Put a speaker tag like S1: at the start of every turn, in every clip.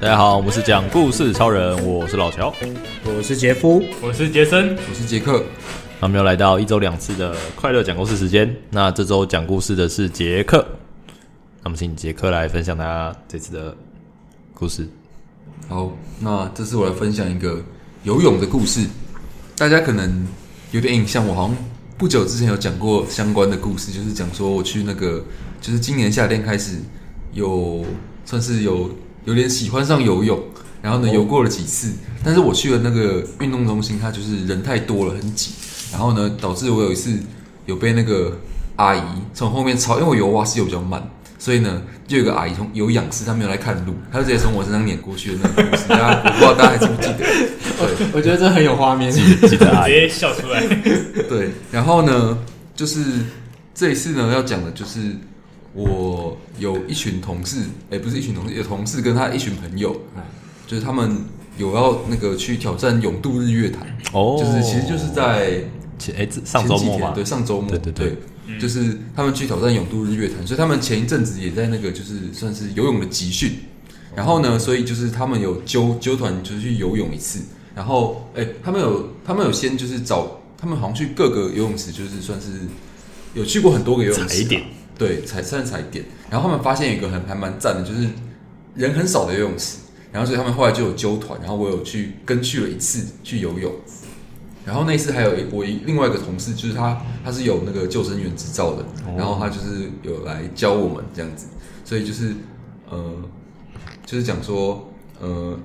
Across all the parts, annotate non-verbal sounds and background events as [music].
S1: 大家好，我们是讲故事超人，我是老乔，
S2: 我是杰夫，
S3: 我是杰森，
S4: 我是杰克。
S1: 那我们又来到一周两次的快乐讲故事时间。那这周讲故事的是杰克，那么请杰克来分享他这次的故事。
S4: 好，那这次我来分享一个游泳的故事。大家可能有点印象，我好像不久之前有讲过相关的故事，就是讲说我去那个，就是今年夏天开始有算是有有点喜欢上游泳，然后呢游过了几次，但是我去了那个运动中心，它就是人太多了，很挤，然后呢导致我有一次有被那个阿姨从后面超，因为我游蛙式游比较慢。所以呢，就有个阿姨从有仰视，她没有来看路，她就直接从我身上碾过去的那个故事，大家我不知道大家还记不记得？对，
S2: 我觉得这很有画面。
S1: 记得阿
S3: 直
S1: 姨，
S3: 接笑出来。
S4: 对，然后呢，就是这一次呢要讲的就是我有一群同事，哎、不是一群同事，有同事跟他一群朋友，
S1: 嗯
S4: 就是他们有要那个去挑战勇渡日月潭，
S1: 哦
S4: 就是其实就是在
S1: 前哎、这上周
S4: 前
S1: 末
S4: 几天
S1: 嘛，
S4: 对，上周末，
S1: 对对对
S4: 就是他们去挑战泳渡日月潭，所以他们前一阵子也在那个就是算是游泳的集训，然后呢，所以就是他们有纠纠团就是去游泳一次，然后哎、他们有他们有先就是找他们好像去各个游泳池，就是算是有去过很多个游泳池啊
S1: 踩点，
S4: 对，踩算是踩点，然后他们发现有一个很还蛮赞的，就是人很少的游泳池，然后所以他们后来就有纠团，然后我有去跟去了一次去游泳。然后那一次还有一我一另外一个同事，就是他他是有那个救生员执照的，
S1: 哦
S4: 然后他就是有来教我们这样子，所以就是呃，就是讲说呃，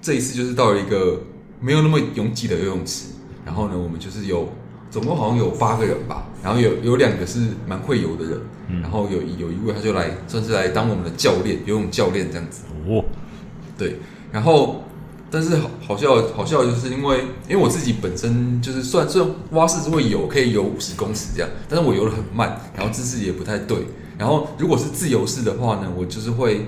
S4: 这一次就是到了一个没有那么拥挤的游泳池，然后呢，我们就是有总共好像有八个人吧，然后有有两个是蛮会游的人，然后有有一位他就来算是来当我们的教练，游泳教练这样子，
S1: 哦，
S4: 对，然后但是好好笑好笑的就是因为因为我自己本身就是算算蛙式是会游，可以游五十公尺这样，但是我游的很慢，然后姿势也不太对。然后如果是自由式的话呢，我就是会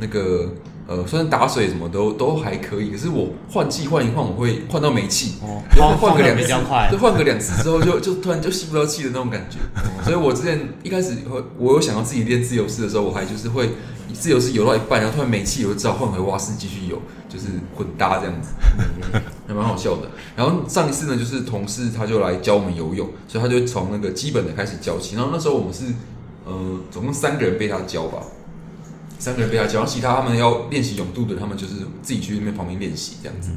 S4: 那个呃，虽然打水什么都都还可以，可是我换气换一换，我会换到没气，
S2: 哦
S4: 就换个
S3: 换得
S4: 两
S3: 比
S4: 次
S3: 较快，
S4: 对，换个两次之后就就突然就吸不到气的那种感觉。所以我之前一开始会，我有想要自己练自由式的时候，我还就是会自由式游到一半，然后突然没气，我就只好换回蛙式继续游，就是混搭这样子。 [laughs] 还蛮好笑的。然后上一次呢，就是同事他就来教我们游泳，所以他就从那个基本的开始教起。然后那时候我们是呃，总共三个人被他教吧，三个人被他教，然后其他他们要练习泳渡的，他们就是自己去那边旁边练习这样子。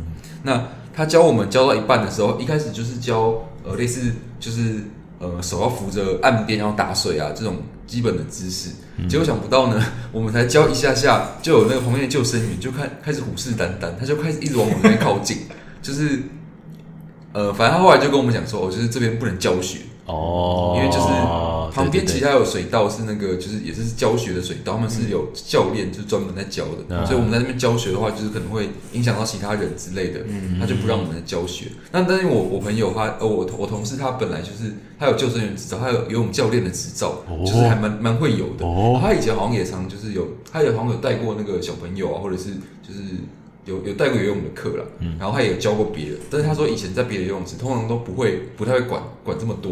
S4: 那他教我们教到一半的时候，一开始就是教呃类似就是呃手要扶着岸边，然后打水啊这种基本的姿势。结果想不到呢， [laughs] 我们才教一下下，就有那个旁边的救生员就看开始虎视眈眈，他就开始一直往我们那边靠近， [laughs] 就是呃，反正他后来就跟我们讲说，哦，就是这边不能教学，
S1: 哦，
S4: 因为就是旁
S1: 对
S4: 边其
S1: 对对
S4: 他有水道是那个，就是也是教学的水道，他们是有教练就是专门在教的，
S1: 嗯
S4: 所以我们在那边教学的话，就是可能会影响到其他人之类的，
S1: 嗯
S4: 他就不让我们教学。那但是我我朋友他呃我同我同事他本来就是他有救生员执照，他有游泳教练的执照，就是还蛮蛮会游的。
S1: 哦
S4: 他以前好像也常就是有，他也好像有带过那个小朋友啊，或者是就是。有有带过游泳的课啦，
S1: 嗯
S4: 然后他也有教过别人，但是他说以前在别的游泳池通常都不会不太会管管这么多，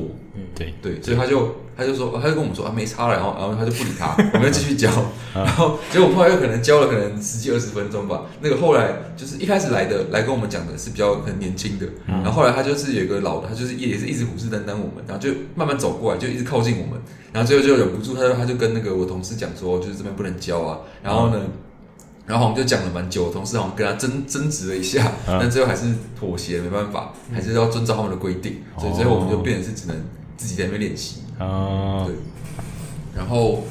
S1: 对
S4: 对，所以他就他就说，他就跟我们说啊，没差了，然后然后他就不理他，我们就继续教， [laughs] 然后结果我们后来又可能教了可能十几二十分钟吧。那个后来就是一开始来的来跟我们讲的是比较很年轻的，然后后来他就是有一个老的，他就是也是一直虎视眈眈我们，然后就慢慢走过来，就一直靠近我们，然后最后就忍不住，他就他就跟那个我同事讲说，就是这边不能教啊，然后呢。然后我们就讲了蛮久，同事好像跟他争争执了一下，但最后还是妥协，没办法，还是要遵照他们的规定，所以最后我们就变成是只能自己在那边练习。
S1: 啊
S4: 对，然后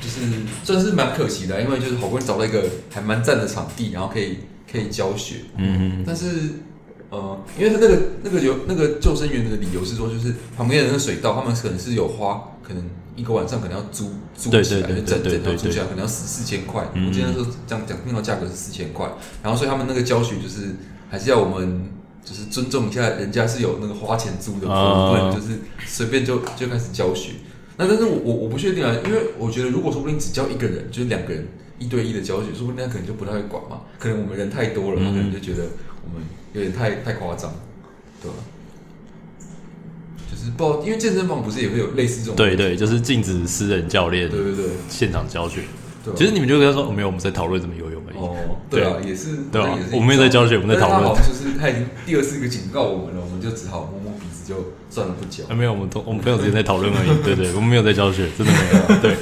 S4: 就是算是蛮可惜的，啊因为就是好不容易找到一个还蛮赞的场地，然后可以可以教学，嗯，但是呃，因为他那个那个有那个救生员的理由是说，就是旁边的那个水道，他们可能是有花，可能一个晚上可能要租租
S1: 对
S4: 起来，
S1: 对对
S4: 就整
S1: 对对
S4: 整套
S1: 对嗯
S4: 租起来可能要四四千块，我记得那时候讲讲听到价格是四千块，然后所以他们那个教学就是还是要我们。就是尊重一下，人家是有那个花钱租的，
S1: 啊
S4: 不能就是随便就就开始教学。那但是我我我不确定啊，因为我觉得如果说不定只教一个人，就是两个人一对一的教学，说不定他可能就不太会管嘛。可能我们人太多了，他可能就觉得我们有点太太夸张，对吧？就是不知道，因为健身房不是也会有类似这种，
S1: 对对，就是禁止私人教练
S4: 对对对
S1: 现场教学。
S4: 对啊。
S1: 其实你们就跟他说，哦没有，我们在讨论怎么游泳而已。
S4: 哦，对啊，也是
S1: 对啊
S4: 那也是一
S1: 我们也在教学我们在讨论
S4: 但是他好像就是他已经第二次个警告我们了，我们就只好摸摸鼻子就算了不教
S1: 啊，。没有，我们同我们朋友之间在讨论而已。对对，我们没有在教学，真的没有。对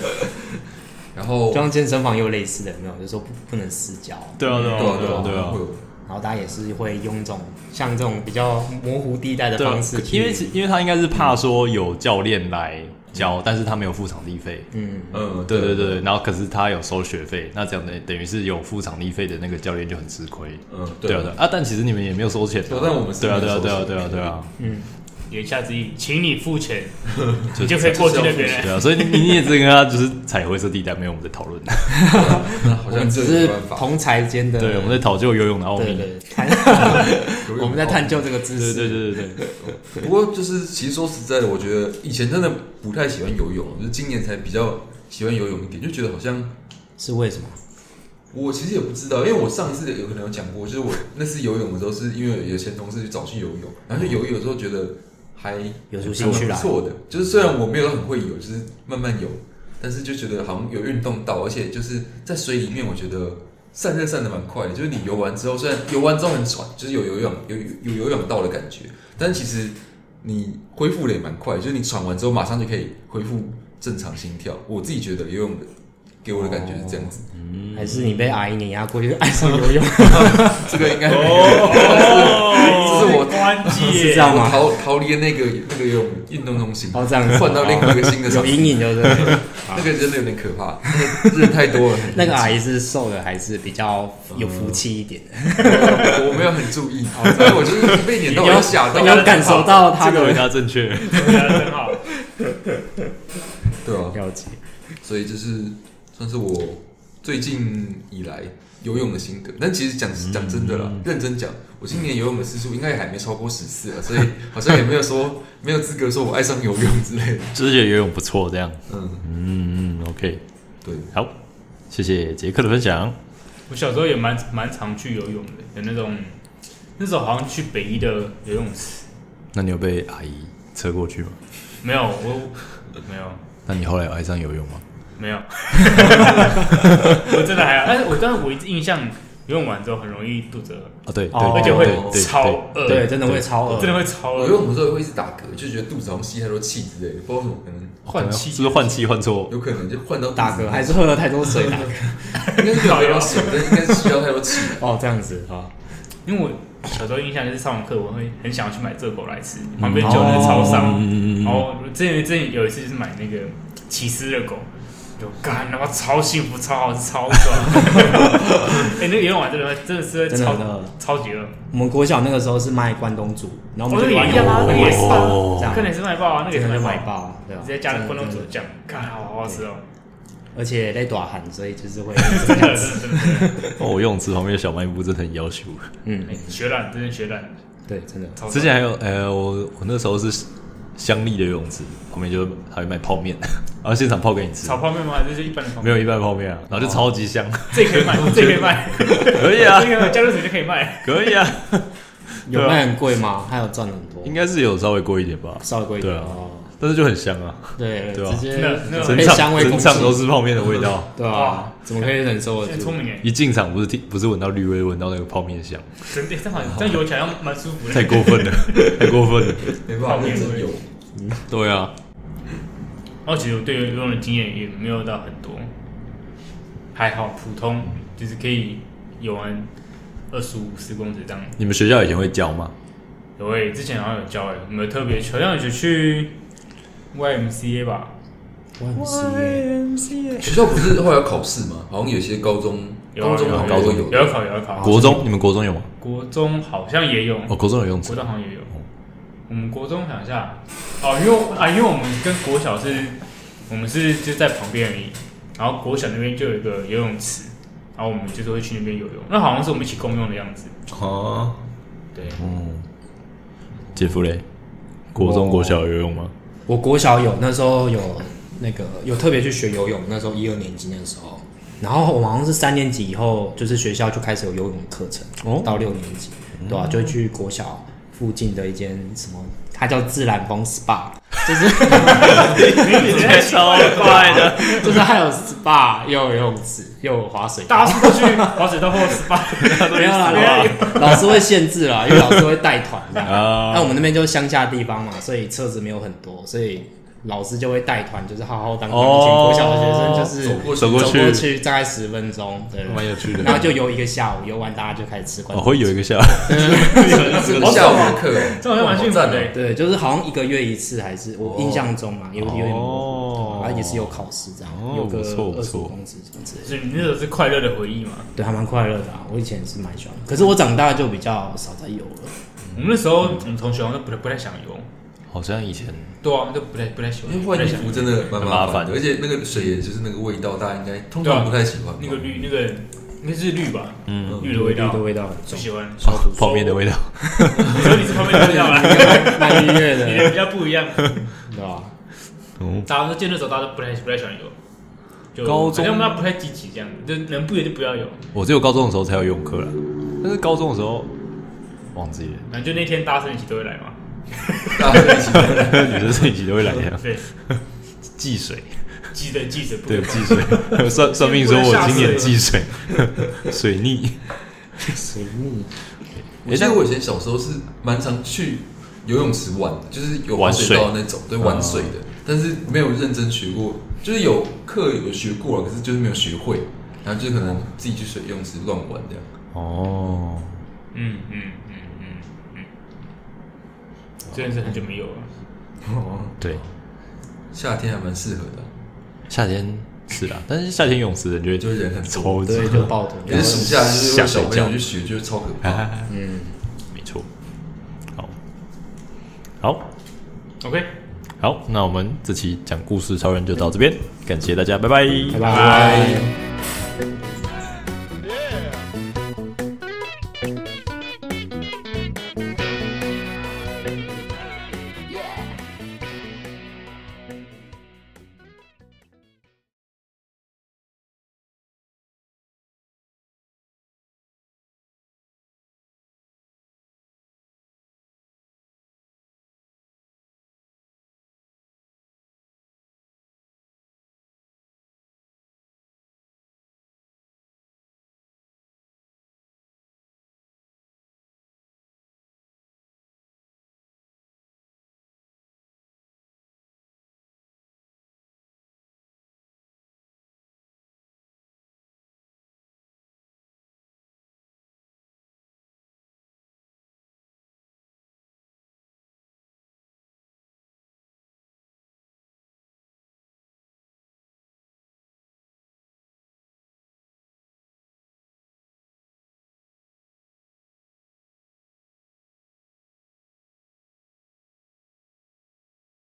S4: 然后
S2: 就像健身房也有类似的，有没有？就说不不能私教，
S1: 对啊对
S4: 对
S1: 啊
S4: 啊
S1: 对啊对啊
S4: 会有
S2: 然后大家也是会用这种像这种比较模糊地带的
S1: 对啊
S2: 方式，去，
S1: 因为是因为他应该是怕说有教练来教，但是他没有付场地费。
S2: 嗯，
S4: 嗯，
S1: 对对对，然后可是他有收学费，那这样的等于是有付场地费的那个教练就很吃亏。
S4: 嗯
S1: 对啊对啊啊，但其实你们也没有收钱啊。
S4: 对但我们是
S1: 对啊
S4: 没
S1: 对啊
S4: 有
S1: 对啊
S4: 收
S1: 对啊
S4: 钱
S1: 对啊，
S3: 言下之意，请你付钱，
S1: 就
S3: 你就可以过去那边
S1: 对
S3: 了。
S1: 啊，所以你你也是跟他就是踩灰色地带，没有我们在讨论。啊
S4: 那好
S2: 我们
S4: 像
S2: 只
S4: 这没
S2: 是
S4: 办法。
S2: 同才间
S1: [laughs]
S2: 的，
S1: 对，我们在讨究游泳的奥
S2: 对
S1: 秘。
S2: 对，探
S4: 有
S2: 我们在探究这个知
S1: 对
S2: 识，
S1: 对对对对，
S4: 不过就是，其实说实在的，我觉得以前真的不太喜欢游泳，就是今年才比较喜欢游泳一点，就觉得好像
S2: 是为什么？
S4: 我其实也不知道，因为我上一次有可能有讲过，就是我那次游泳的时候，是因为有前同事去找去游泳，然后就游一游之后觉得还
S2: 嗯有出兴趣啦
S4: 还蛮不错的。就是虽然我没有很会游，就是慢慢游，但是就觉得好像有运动到，而且就是在水里面，我觉得散热散的蛮快的。就是你游完之后，虽然游完之后很喘，就是有游泳有有有游泳到的感觉，但其实你恢复的也蛮快，就是你喘完之后马上就可以恢复正常心跳。我自己觉得游泳的给我的感觉是这样子。
S2: 还是你被阿姨碾压过去，爱上游泳？
S4: 这个应该没有。
S3: 哦
S4: [laughs] 这是我
S3: 关机
S2: 是这
S3: 耶，
S2: 样吗？
S4: 逃逃离那个那个游泳运动中心，
S2: 哦，这样
S4: [laughs]
S2: 子哦
S4: 换到另外一个新的场
S2: 有
S4: 地
S2: 阴影，对不对？
S4: 那个真的有点可怕，那个人太多了。
S2: [laughs] 那个阿啊姨是瘦的，还是比较有福气一点的？
S4: 我没有很注意， [laughs] 所以我就是被撵到，我就吓到
S2: 哦你。要感受到她
S1: 这个回
S2: 的
S1: 答正确。
S3: 回答得真好。
S4: 对啊，
S2: 了解。
S4: 所以就是算是我最近以来游泳的心得。但其实讲
S2: 嗯
S4: 讲真的啦，认真讲，我今年游泳的次数应该也还没超过十次了，所以好像也没有说没有资格说我爱上游泳之类的。
S1: 就是觉得游泳不错，这样。
S4: 嗯，
S1: 嗯嗯，OK，
S4: 对，
S1: 好，谢谢杰克的分享。
S3: 我小时候也蛮蛮常去游泳的，有那种那时候好像去北一的游泳池，
S1: 那你有被阿姨车过去吗？
S3: 没有我没有
S1: 那你后来有爱上游泳吗？
S3: 没有，我真的还好，但是我但是我一直印象游泳完之后很容易肚子饿，
S1: 啊，对，对
S2: 哦
S3: 而且
S1: 对
S3: 会
S1: 对
S3: 超饿
S2: 对，真的会。超
S3: 我
S2: 饿，
S3: 真的会超
S4: 哦我
S3: 饿，
S4: 游泳的时候会一直打嗝，就觉得肚子好像吸太多气之类的，不知道为什么可能。
S3: 换气
S1: 是不是换气换错？
S4: 有可能就换到肚子
S3: 嗯
S2: 打嗝，还是喝了太多水
S3: [laughs]
S2: 打嗝？
S4: 应该是有喝到水，但应该是需要太多气。
S2: 哦，这样子啊，
S3: 因为我小时候印象就是上完课我会很想要去买热狗来吃，旁边就有那个超商，
S1: 嗯嗯嗯嗯
S3: 然后我之前之前有一次就是买那个起司热狗，就干，然后超幸福，超好吃，超爽。哎、那个游泳完真的会真的是会
S2: 真的
S3: 超
S2: 很饿
S3: 超级饿，
S2: 我们国小那个时候是卖关东煮，然后我
S3: 哦
S2: 们就
S3: 那个
S2: 玩
S3: 也一样啊，那个也是吧
S1: 哦，
S3: 可能也是卖爆啊，那个也
S2: 真
S3: 是
S2: 的
S3: 卖
S2: 买
S3: 爆，
S2: 爆，对吧？啊
S3: 直接加了
S2: 真的
S3: 关东煮，
S2: 真的
S3: 酱，干，好好吃哦，
S2: 而且在短寒，所以就是
S3: [laughs]
S2: 会
S3: 真的真的真的真的，
S1: 哦，我游泳池旁边的小卖部真的很要求。
S2: 嗯
S3: 哎，血染真的血染，
S2: 对，真的
S3: 超
S1: [laughs]
S3: 爽
S1: 之前还有，呃，我我那时候是乡里的游泳池旁边就还会卖泡面， [laughs] 然后现场泡给你吃
S3: 炒，泡面吗？还是就一般的泡面？
S1: 没有一般泡面
S2: 哦
S1: 啊，然后就超级
S2: [laughs]
S1: 香。
S3: 这可以卖，这可以卖，
S1: 可以啊
S3: 这，个加热水就可以卖。
S1: 可以啊，
S2: 有
S1: 对啊
S2: 卖很贵吗？还有赚很多，
S1: 应该是有稍微贵一点吧，
S2: 稍微贵一点
S1: 对啊
S2: 哦。
S1: 但是就很香啊，
S2: 对，
S1: 对啊
S2: 直接
S3: 那
S1: [laughs]
S3: 那
S1: 整
S2: 被
S1: 场
S2: 香味
S1: 整
S2: 攻
S1: 场都
S2: 击，
S1: 是泡面的味 [laughs] 道。
S2: 对啊
S3: 哇，
S2: 怎么可以忍受得
S3: 很
S2: 住
S3: 聪？明哎，
S1: 一进场不是听不是闻到绿味，闻到那个泡面 [laughs] 香，
S3: 真的，这好像这样游起来要蛮舒服的。
S1: 太过 [laughs] 分了，太过分了。
S4: 没办法，认真游。
S1: 对啊，
S3: 然后其实我对游泳的经验也没有到很多，还好普通，就是可以游完二十五十公尺这样。
S1: 你们学校以前会教吗？
S3: 有诶、之前好像有教欸诶、我们有特别去好像有去 YMCA 吧，
S2: 万事
S4: 学校不是后来要考试吗？好像有些高中、
S3: 有啊
S4: 高中
S3: 有
S4: 好像
S1: 高
S4: 都
S1: 中
S4: 有
S3: 有有考有考，
S1: 国哦中你们国中有吗？
S3: 国中好像也有，
S1: 哦，国中有用
S3: 国
S1: 词
S3: 中好像也有。我们国中想一下，哦，因为我啊，因为我们跟国小是，我们是就在旁边而已。然后国小那边就有一个游泳池，然后我们就是会去那边游泳。那好像是我们一起共用的样子。
S1: 啊，
S3: 对，
S1: 嗯，姐夫嘞，国中
S2: 我
S1: 国小有用吗？
S2: 我国小有那时候有那个有特别去学游泳，那时候一二年级那时候，然后我好像是三年级以后，就是学校就开始有游泳课程，啊
S1: 哦
S2: 到六年级，对吧、就会去国小附近的一间什么，它叫自然风 SPA，就是 [laughs]
S3: 你直接
S1: 超快的，
S2: 就是它有 SPA，又有游泳池，又有滑水道。
S3: 大家是不是去滑水道或 SPA？
S2: 没有啦，
S3: 没有
S2: 老老师会限制啦，因为老师会带团
S1: [laughs]
S2: 这样。
S1: 啊
S2: 那我们那边就是乡下地方嘛，所以车子没有很多，所以老师就会带团，就是浩浩荡荡一群
S1: 哦
S2: 国小的学生，就是
S1: 走过去
S2: 走过去大概十分钟，对，
S1: 蛮有趣的
S2: 然后就游一个下午，游完大家就开始吃关
S1: 我哦会有一个笑，
S4: 这个下午的课，哦
S3: 这好像蛮幸福
S4: 赞
S3: 的
S4: 的。
S3: 欸。
S2: 对，就是好像一个月一次，还是我印象中嘛，有有点
S1: 哦
S2: 模糊，啊然后也是有考试这样
S1: 哦，
S2: 有个
S1: 不错不
S2: 二十
S1: 错
S2: 公尺什么之类的，
S3: 所以你那时候是快乐的回忆嘛？
S2: 对，还蛮快乐的啊。我以前是蛮喜欢，可是我长大就比较少在游了。
S3: 我们那时候我们同学好像都不太不太想游，
S1: 好像以前
S3: 对啊，就不太不太喜
S4: 嗯哦
S3: 欢，
S4: 因为
S3: 不太
S4: 换衣
S3: 想游
S4: 服真的蛮
S1: 麻
S4: 麻
S1: 烦
S4: 烦的，而且那个水也就是那个味道，大家应该通
S3: 对啊
S4: 常不太喜欢吧。
S3: 那个绿那个应该是绿吧，
S1: 嗯
S3: 绿的味道
S2: 的，味道很
S3: 不
S2: 重，
S3: 喜欢。
S1: 啊哦泡面的味道，
S3: [laughs] 你说你是泡面的味
S1: [laughs]
S3: 道吗？
S2: 蛮愉悦
S3: 你的
S2: 的，
S3: 比较不一样，
S2: 对吧？
S1: 嗯，
S3: 大家都见的时候，大家都不太不太喜欢游，就
S1: 高中
S3: 好像他不太积极这样，就能不游就不要游。
S1: 我只有高中的时候才有游泳课了，但是高中的时候忘记 [laughs] 了，
S3: 反正就那天大家生一起都会来嘛，
S4: 大家在一起
S3: [laughs]
S1: 女生自己都会来这样
S3: 对，
S1: [laughs] 忌水，
S3: 记得记得不
S1: 对
S3: 可
S1: 忌水，算算命说我今年忌水， [laughs] 水逆，
S2: 水逆
S4: 欸我记得我以前小时候是蛮常去游泳池玩的，就是有滑水哦道那种，对，玩水的，但是没有认真学过，就是有课有学过了，可是就是没有学会，然后就可能自己去水泳池乱玩这样。
S1: 哦，
S3: 嗯嗯嗯嗯嗯，真的是很久没有了。
S1: 对，
S4: 夏天还蛮适合的，啊
S1: 夏天是啦，但是夏天泳池人就会
S4: 就是人很多，
S1: 超级
S2: 对，就抱头，
S4: 可是暑假就是
S1: 吓
S4: 有
S1: 睡
S4: 小
S1: 觉
S4: 朋友去学，就是超可 [laughs] 怕。
S2: 嗯，
S1: 没错，好，好，
S3: OK，
S1: 好，那我们这期讲故事超人就到这边，感谢大家，拜拜
S4: 哎
S2: 拜拜。